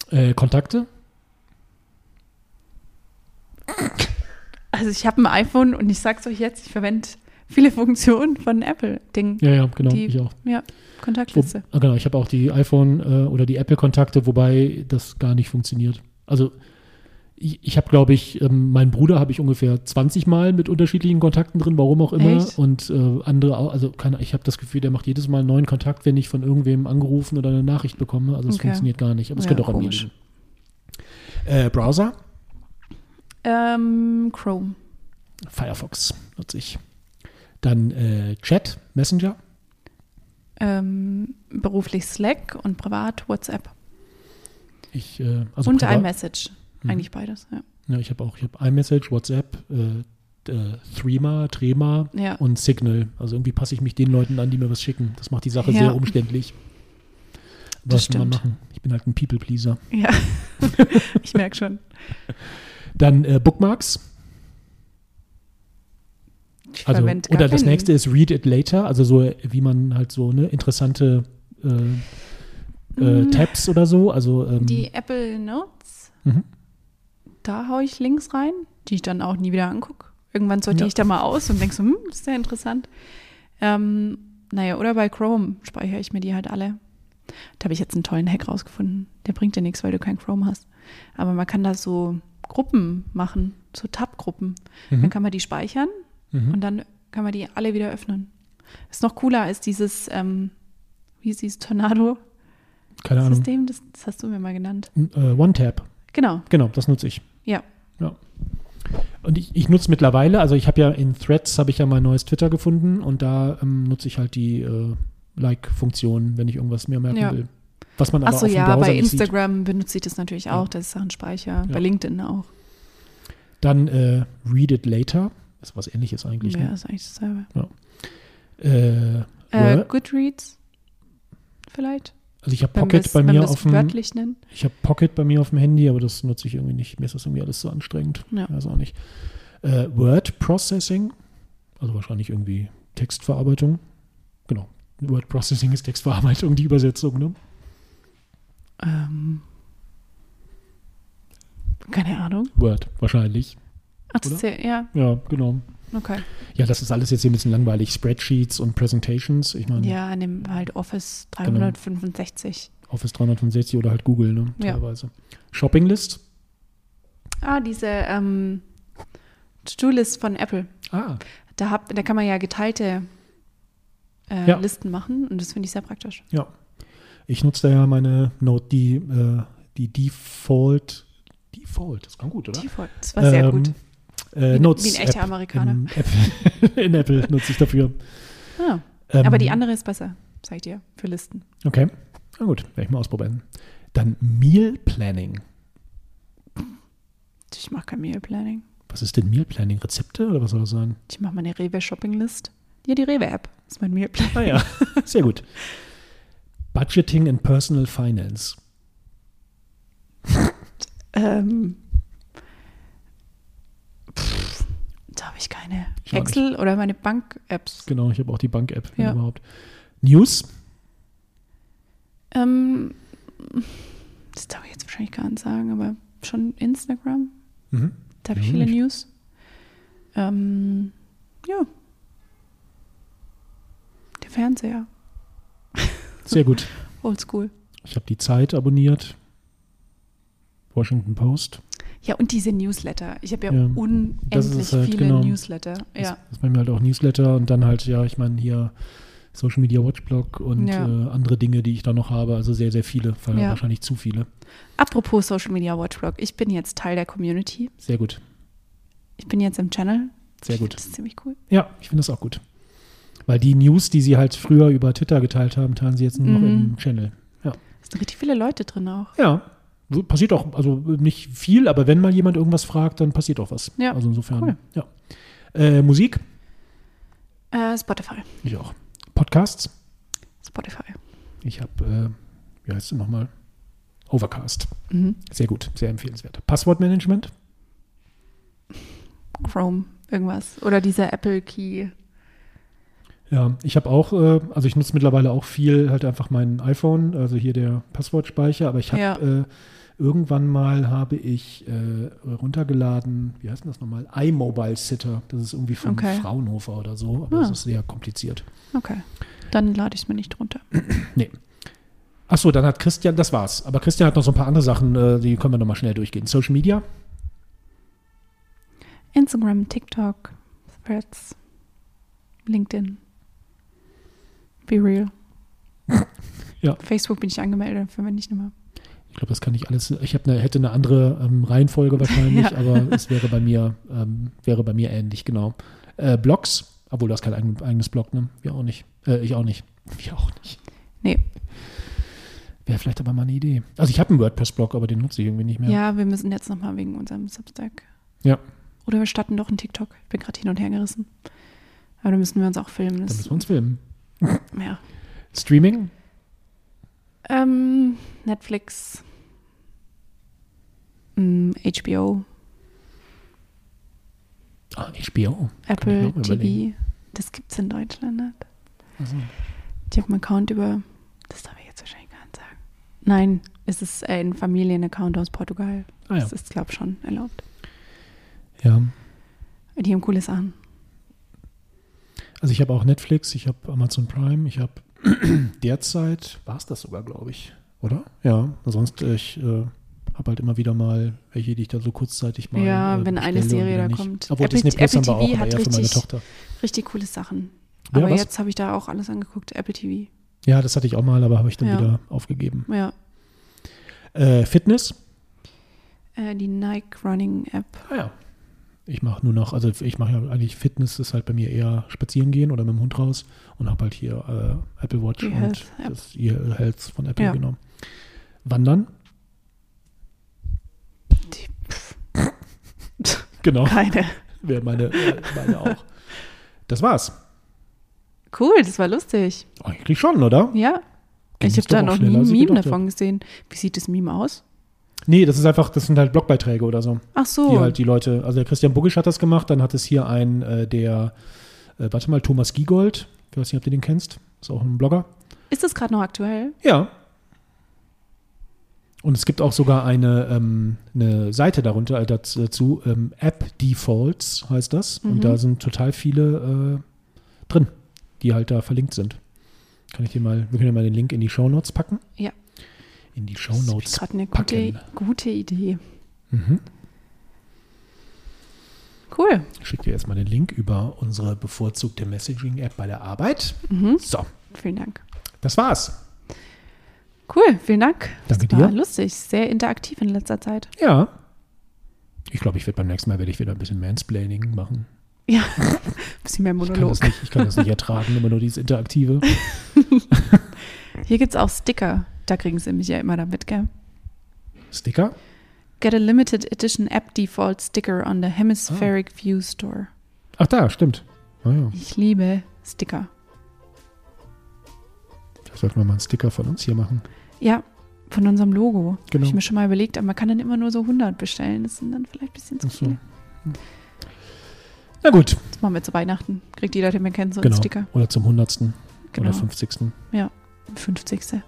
Speaker 2: Äh, Kontakte?
Speaker 1: Also ich habe ein iPhone und ich sag's euch jetzt, ich verwende viele Funktionen von Apple. Ding,
Speaker 2: Ja, ja, genau.
Speaker 1: Die-
Speaker 2: ich auch.
Speaker 1: ja,
Speaker 2: Wo,
Speaker 1: Kontaktliste.
Speaker 2: ah, genau, ich habe auch die iPhone äh, oder die Apple-Kontakte, wobei das gar nicht funktioniert. Also ich, ich habe, glaube ich, ähm, meinen Bruder habe ich ungefähr 20 Mal mit unterschiedlichen Kontakten drin, warum auch immer.
Speaker 1: Echt?
Speaker 2: Und äh, andere auch, also keine, ich habe das Gefühl, der macht jedes Mal einen neuen Kontakt, wenn ich von irgendwem angerufen oder eine Nachricht bekomme. Also es
Speaker 1: Okay.
Speaker 2: funktioniert gar nicht, aber es
Speaker 1: Ja,
Speaker 2: könnte auch
Speaker 1: komisch.
Speaker 2: an mir liegen. Äh, Browser?
Speaker 1: Ähm, Chrome.
Speaker 2: Firefox nutze ich. Dann äh, Chat, Messenger.
Speaker 1: Ähm, beruflich Slack und privat WhatsApp.
Speaker 2: Ich, äh, also
Speaker 1: und
Speaker 2: privat- Hm.
Speaker 1: iMessage. Eigentlich beides, ja.
Speaker 2: Ja, ich habe auch, ich habe iMessage, WhatsApp, äh, äh, Threema, Trema
Speaker 1: Ja.
Speaker 2: und Signal. Also irgendwie passe ich mich den Leuten an, die mir was schicken. Das macht die Sache
Speaker 1: Ja.
Speaker 2: sehr umständlich.
Speaker 1: Das
Speaker 2: Was will man
Speaker 1: stimmt.
Speaker 2: machen? Ich bin halt ein People-Pleaser.
Speaker 1: Ja, [laughs] ich merke schon.
Speaker 2: Dann äh, Bookmarks.
Speaker 1: Ich
Speaker 2: Also,
Speaker 1: verwend gar
Speaker 2: oder das
Speaker 1: keinen.
Speaker 2: nächste ist Read It Later. Also so, äh, wie man halt so ne, interessante äh, äh,
Speaker 1: Mm.
Speaker 2: Tabs oder so. Also ähm,
Speaker 1: Die Apple Notes,
Speaker 2: Mhm.
Speaker 1: da haue ich links rein, die ich dann auch nie wieder angucke. Irgendwann sortiere
Speaker 2: Ja.
Speaker 1: ich da mal aus und denke so, hm, ist ja interessant. Ähm, naja, oder bei Chrome speichere ich mir die halt alle. Da habe ich jetzt einen tollen Hack rausgefunden. Der bringt dir nichts, weil du kein Chrome hast. Aber man kann da so Gruppen machen, so Tab-Gruppen.
Speaker 2: mhm,
Speaker 1: Dann kann man die speichern und dann kann man die alle wieder öffnen. Ist noch cooler als dieses, ähm, wie hieß dieses Tornado-System,
Speaker 2: keine Ahnung.
Speaker 1: das, das hast du mir mal genannt.
Speaker 2: Äh, OneTab.
Speaker 1: Genau,
Speaker 2: Genau, das nutze ich.
Speaker 1: ja.
Speaker 2: Ja. Und ich, ich nutze mittlerweile, also ich habe ja in Threads habe ich ja mein neues Twitter gefunden und da ähm, nutze ich halt die äh, Like-Funktion, wenn ich irgendwas mehr merken
Speaker 1: Ja.
Speaker 2: will. Was man aber
Speaker 1: Achso,
Speaker 2: auf dem
Speaker 1: ja,
Speaker 2: Browser
Speaker 1: bei
Speaker 2: nicht sieht.
Speaker 1: Instagram benutze ich das natürlich auch, dass ich Sachen speichere, bei LinkedIn auch.
Speaker 2: Dann äh, Read It Later, ist was ähnliches eigentlich.
Speaker 1: Ja, ist eigentlich dasselbe.
Speaker 2: Ne? Äh,
Speaker 1: Äh,
Speaker 2: Word.
Speaker 1: Goodreads vielleicht,
Speaker 2: also ich habe
Speaker 1: wenn
Speaker 2: Pocket
Speaker 1: wir's-
Speaker 2: bei
Speaker 1: wenn
Speaker 2: mir
Speaker 1: wir's
Speaker 2: auf dem
Speaker 1: wörtlich nennen.
Speaker 2: ich habe Pocket bei mir auf dem Handy, aber das nutze ich irgendwie nicht. Mir ist das irgendwie alles so anstrengend.
Speaker 1: Ja.
Speaker 2: Weiß auch nicht. Äh, Word Processing, also wahrscheinlich irgendwie Textverarbeitung. Genau. Word Processing ist Textverarbeitung, die Übersetzung, ne?
Speaker 1: Ähm, keine Ahnung.
Speaker 2: Word, wahrscheinlich.
Speaker 1: Ach, das
Speaker 2: Oder?
Speaker 1: ist ja, ja,
Speaker 2: Ja, genau.
Speaker 1: okay.
Speaker 2: Ja, das ist alles jetzt hier ein bisschen langweilig. Spreadsheets und Presentations. Ich meine,
Speaker 1: Ja, an dem halt Office
Speaker 2: Genau.
Speaker 1: 365.
Speaker 2: Office 365 oder halt Google, ne?
Speaker 1: Ja.
Speaker 2: Teilweise. Shoppinglist.
Speaker 1: Ah, diese ähm, To-Do-List von Apple.
Speaker 2: Ah.
Speaker 1: Da, hab, da kann man ja geteilte äh,
Speaker 2: Ja.
Speaker 1: Listen machen und das finde ich sehr praktisch.
Speaker 2: Ja. Ich nutze da ja meine Note, die, äh, die Default. Default, das kann gut, oder?
Speaker 1: Default, das war sehr
Speaker 2: Ähm,
Speaker 1: gut.
Speaker 2: Äh,
Speaker 1: ein-
Speaker 2: Notes
Speaker 1: wie ein echter
Speaker 2: App
Speaker 1: Amerikaner.
Speaker 2: im App, [laughs] in Apple nutze ich dafür.
Speaker 1: Ah.
Speaker 2: Ähm,
Speaker 1: Aber die andere ist besser, sag ich dir, für Listen.
Speaker 2: Okay, na gut, werde ich mal ausprobieren. Dann Meal Planning.
Speaker 1: Ich mache kein Meal Planning.
Speaker 2: Was ist denn Meal Planning? Rezepte oder was soll das sein?
Speaker 1: Ich mache meine Rewe Shopping List. Ja, die Rewe App ist mein Meal Plan. [laughs]
Speaker 2: Naja, Ah [laughs] sehr gut. Budgeting and Personal Finance.
Speaker 1: Ähm, pff, da habe ich keine.
Speaker 2: Schade.
Speaker 1: Excel oder meine Bank-Apps.
Speaker 2: Genau, ich habe auch die Bank-App, wenn
Speaker 1: Ja.
Speaker 2: überhaupt. News?
Speaker 1: Ähm, das darf ich jetzt wahrscheinlich gar nicht sagen, aber schon Instagram.
Speaker 2: Mhm.
Speaker 1: Da habe
Speaker 2: Ja,
Speaker 1: ich viele
Speaker 2: nicht.
Speaker 1: News. Ähm, ja. Der Fernseher.
Speaker 2: Sehr
Speaker 1: Hm.
Speaker 2: gut.
Speaker 1: Oldschool.
Speaker 2: Ich habe die Zeit abonniert. Washington Post.
Speaker 1: Ja, und diese Newsletter. Ich habe ja,
Speaker 2: Ja, das
Speaker 1: unendlich
Speaker 2: ist halt,
Speaker 1: viele
Speaker 2: genau.
Speaker 1: Newsletter. Ja.
Speaker 2: Das ist bei mir halt auch Newsletter und dann halt, ja, ich meine, hier Social Media Watchblog und
Speaker 1: Ja.
Speaker 2: äh, andere Dinge, die ich da noch habe. Also sehr, sehr viele, weil
Speaker 1: Ja.
Speaker 2: wahrscheinlich zu viele.
Speaker 1: Apropos Social Media Watchblog. Ich bin jetzt Teil der Community.
Speaker 2: Sehr gut.
Speaker 1: Ich bin jetzt im Channel.
Speaker 2: Sehr
Speaker 1: ich
Speaker 2: gut.
Speaker 1: find Das ist ziemlich cool.
Speaker 2: Ja, ich finde das auch gut. Weil die News, die sie halt früher über Twitter geteilt haben, teilen sie jetzt nur noch
Speaker 1: Mhm.
Speaker 2: im Channel.
Speaker 1: Es sind richtig viele Leute drin auch.
Speaker 2: Ja, so passiert auch, also nicht viel, aber wenn mal jemand irgendwas fragt, dann passiert auch was.
Speaker 1: Ja,
Speaker 2: Also insofern,
Speaker 1: cool.
Speaker 2: ja. Äh, Musik?
Speaker 1: Äh, Spotify.
Speaker 2: Ich auch. Podcasts?
Speaker 1: Spotify.
Speaker 2: Ich habe, äh, wie heißt es nochmal? Overcast.
Speaker 1: Mhm.
Speaker 2: Sehr gut, sehr empfehlenswert. Passwortmanagement?
Speaker 1: Chrome. Irgendwas. Oder dieser Apple Key.
Speaker 2: Ja, ich habe auch, äh, also ich nutze mittlerweile auch viel halt einfach mein iPhone, also hier der Passwortspeicher, aber ich habe
Speaker 1: Ja.
Speaker 2: äh, irgendwann mal habe ich äh, runtergeladen, wie heißt denn das nochmal? iMobile Sitter. Das ist irgendwie von
Speaker 1: Okay.
Speaker 2: Fraunhofer oder so, aber
Speaker 1: Ah.
Speaker 2: das ist sehr kompliziert.
Speaker 1: Okay. Dann lade ich es mir nicht runter.
Speaker 2: Achso, dann hat Christian, das war's. Aber Christian hat noch so ein paar andere Sachen, äh, die können wir nochmal schnell durchgehen. Social Media?
Speaker 1: Instagram, TikTok, Threads, LinkedIn. Be real.
Speaker 2: Ja.
Speaker 1: Facebook bin ich angemeldet, verwende ich nicht mehr.
Speaker 2: Ich glaube, das kann ich alles. Ich hab ne, hätte eine andere
Speaker 1: [laughs]
Speaker 2: ähm, Reihenfolge wahrscheinlich,
Speaker 1: Ja.
Speaker 2: aber es wäre bei mir, ähm, wäre bei mir ähnlich, genau. Äh, Blogs, obwohl das kein eigen, eigenes Blog, ne? Wir auch nicht. Äh, ich auch nicht. [laughs] Wir auch nicht.
Speaker 1: Nee.
Speaker 2: Wäre vielleicht aber mal eine Idee. Also ich habe einen WordPress-Blog, aber den nutze ich irgendwie nicht
Speaker 1: Ja,
Speaker 2: mehr.
Speaker 1: wir müssen jetzt nochmal wegen unserem Substack.
Speaker 2: Ja.
Speaker 1: Oder wir starten doch einen TikTok. Ich bin gerade hin und her gerissen. Aber da müssen wir uns auch filmen.
Speaker 2: Dann
Speaker 1: Das,
Speaker 2: müssen wir uns filmen.
Speaker 1: ja.
Speaker 2: Streaming?
Speaker 1: ähm, Netflix, mm, HBO,
Speaker 2: Ah, HBO.
Speaker 1: Apple
Speaker 2: noch mal
Speaker 1: TV.
Speaker 2: überlegen.
Speaker 1: Das gibt's in Deutschland nicht.
Speaker 2: Also,
Speaker 1: Ich habe einen Account über. Das darf ich jetzt wahrscheinlich gar nicht sagen. Nein, es ist äh, ein Familienaccount aus Portugal.
Speaker 2: ah ja.
Speaker 1: Das ist, glaube ich, schon erlaubt.
Speaker 2: ja.
Speaker 1: Die haben coole Sachen.
Speaker 2: Also ich habe auch Netflix, ich habe Amazon Prime, ich habe [clears throat] derzeit, war es das sogar, glaube ich, oder? Ja, sonst äh, ich äh, habe halt immer wieder mal welche, die ich da so kurzzeitig mal
Speaker 1: Ja,
Speaker 2: äh,
Speaker 1: wenn eine
Speaker 2: bestelle und
Speaker 1: Serie
Speaker 2: wieder
Speaker 1: da
Speaker 2: nicht.
Speaker 1: kommt.
Speaker 2: Obwohl
Speaker 1: Apple-
Speaker 2: Disney Plus
Speaker 1: Apple
Speaker 2: haben wir auch,
Speaker 1: TV
Speaker 2: aber
Speaker 1: hat
Speaker 2: eher für meine
Speaker 1: richtig-
Speaker 2: Tochter.
Speaker 1: Richtig coole Sachen.
Speaker 2: Ja,
Speaker 1: Aber
Speaker 2: was?
Speaker 1: jetzt habe ich da auch alles angeguckt. Apple TV.
Speaker 2: Ja, das hatte ich auch mal, aber habe ich dann
Speaker 1: Ja.
Speaker 2: wieder aufgegeben.
Speaker 1: Ja.
Speaker 2: Äh, Fitness?
Speaker 1: Äh, die Nike Running App.
Speaker 2: Ah ja. Ich mache nur noch, also ich mache ja eigentlich Fitness, ist halt bei mir eher spazieren gehen oder mit dem Hund raus und habe halt hier äh, Apple Watch
Speaker 1: Die
Speaker 2: und
Speaker 1: Health App.
Speaker 2: das ihr Health von Apple
Speaker 1: Ja.
Speaker 2: genommen. Wandern?
Speaker 1: Die, pff,
Speaker 2: Genau.
Speaker 1: keine.
Speaker 2: Wäre meine, äh, meine auch. Das war's.
Speaker 1: Cool, das war lustig.
Speaker 2: Eigentlich schon, oder?
Speaker 1: Ja.
Speaker 2: Ging
Speaker 1: ich
Speaker 2: es
Speaker 1: habe
Speaker 2: doch
Speaker 1: da
Speaker 2: auch
Speaker 1: noch nie
Speaker 2: schneller,
Speaker 1: ein
Speaker 2: als ich
Speaker 1: Meme
Speaker 2: gedacht
Speaker 1: davon gesehen. Wie sieht das Meme aus?
Speaker 2: Nee, das ist einfach, das sind halt Blogbeiträge oder so,
Speaker 1: Ach
Speaker 2: die
Speaker 1: so.
Speaker 2: halt die Leute, also der Christian Buggisch hat das gemacht, dann hat es hier ein, äh, der, äh, warte mal, Thomas Giegold, ich weiß nicht, ob du den kennst, ist auch ein Blogger.
Speaker 1: Ist das gerade noch aktuell?
Speaker 2: Ja. Und es gibt auch sogar eine, ähm, eine Seite darunter äh, daz- dazu, ähm, App Defaults heißt das.
Speaker 1: Mhm.
Speaker 2: Und da sind total viele äh, drin, die halt da verlinkt sind. Kann ich dir mal, wir können dir mal den Link in die Show Notes packen.
Speaker 1: Ja.
Speaker 2: In die Show
Speaker 1: Das ist
Speaker 2: Notes.
Speaker 1: gerade eine
Speaker 2: packen.
Speaker 1: gute, gute Idee.
Speaker 2: Mhm.
Speaker 1: Cool.
Speaker 2: Ich schicke dir jetzt mal den Link über unsere bevorzugte Messaging-App bei der Arbeit.
Speaker 1: Mhm.
Speaker 2: So,
Speaker 1: Vielen Dank.
Speaker 2: das war's.
Speaker 1: Cool, vielen Dank.
Speaker 2: Danke
Speaker 1: das war
Speaker 2: dir.
Speaker 1: lustig, sehr interaktiv in letzter Zeit.
Speaker 2: Ja. Ich glaube, ich werde beim nächsten Mal werde ich wieder ein bisschen Mansplaining machen.
Speaker 1: Ja, bisschen mehr
Speaker 2: Ich kann,
Speaker 1: Monolog.
Speaker 2: das nicht, ich kann das nicht ertragen, immer nur dieses Interaktive.
Speaker 1: Hier gibt es auch Sticker. Da kriegen sie mich ja immer damit, gell?
Speaker 2: Sticker?
Speaker 1: Get a limited edition app default sticker on the Hemispheric
Speaker 2: Ah.
Speaker 1: View Store.
Speaker 2: Ach da, stimmt. Ah ja,
Speaker 1: Ich liebe Sticker.
Speaker 2: vielleicht sollten wir mal einen Sticker von uns hier machen.
Speaker 1: Ja, von unserem Logo.
Speaker 2: Genau.
Speaker 1: Habe ich mir schon mal überlegt, aber man kann dann immer nur so 100 bestellen. Das sind dann vielleicht ein bisschen zu
Speaker 2: Ach so.
Speaker 1: viele.
Speaker 2: Na gut,
Speaker 1: Das machen wir zu Weihnachten. Kriegt jeder, den wir kennen, so einen
Speaker 2: genau.
Speaker 1: Sticker.
Speaker 2: Oder zum 100.
Speaker 1: Genau.
Speaker 2: oder 50.
Speaker 1: 50.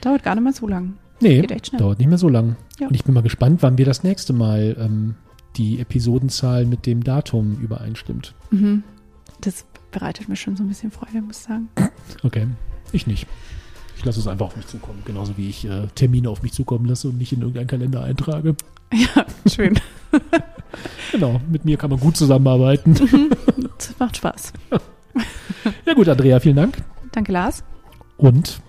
Speaker 1: Dauert gar nicht mal so lang.
Speaker 2: Nee,
Speaker 1: Geht echt schnell.
Speaker 2: dauert nicht mehr so lang.
Speaker 1: Ja.
Speaker 2: Und ich bin mal gespannt, wann wir das nächste Mal ähm, die Episodenzahl mit dem Datum übereinstimmt.
Speaker 1: Mhm. Das bereitet mir schon so ein bisschen Freude, muss ich
Speaker 2: [laughs]
Speaker 1: sagen.
Speaker 2: Okay, ich nicht. Ich lasse es einfach auf mich zukommen, genauso wie ich äh, Termine auf mich zukommen lasse und nicht in irgendeinen Kalender eintrage.
Speaker 1: Ja, schön.
Speaker 2: Genau, mit mir kann man gut zusammenarbeiten.
Speaker 1: [laughs] Das macht Spaß.
Speaker 2: ja gut, Andrea, vielen Dank
Speaker 1: Danke, Lars.
Speaker 2: und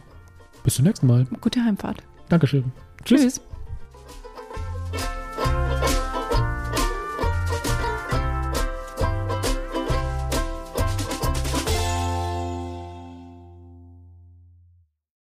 Speaker 2: bis zum nächsten Mal.
Speaker 1: Gute Heimfahrt.
Speaker 2: Dankeschön. Tschüss.
Speaker 1: Tschüss.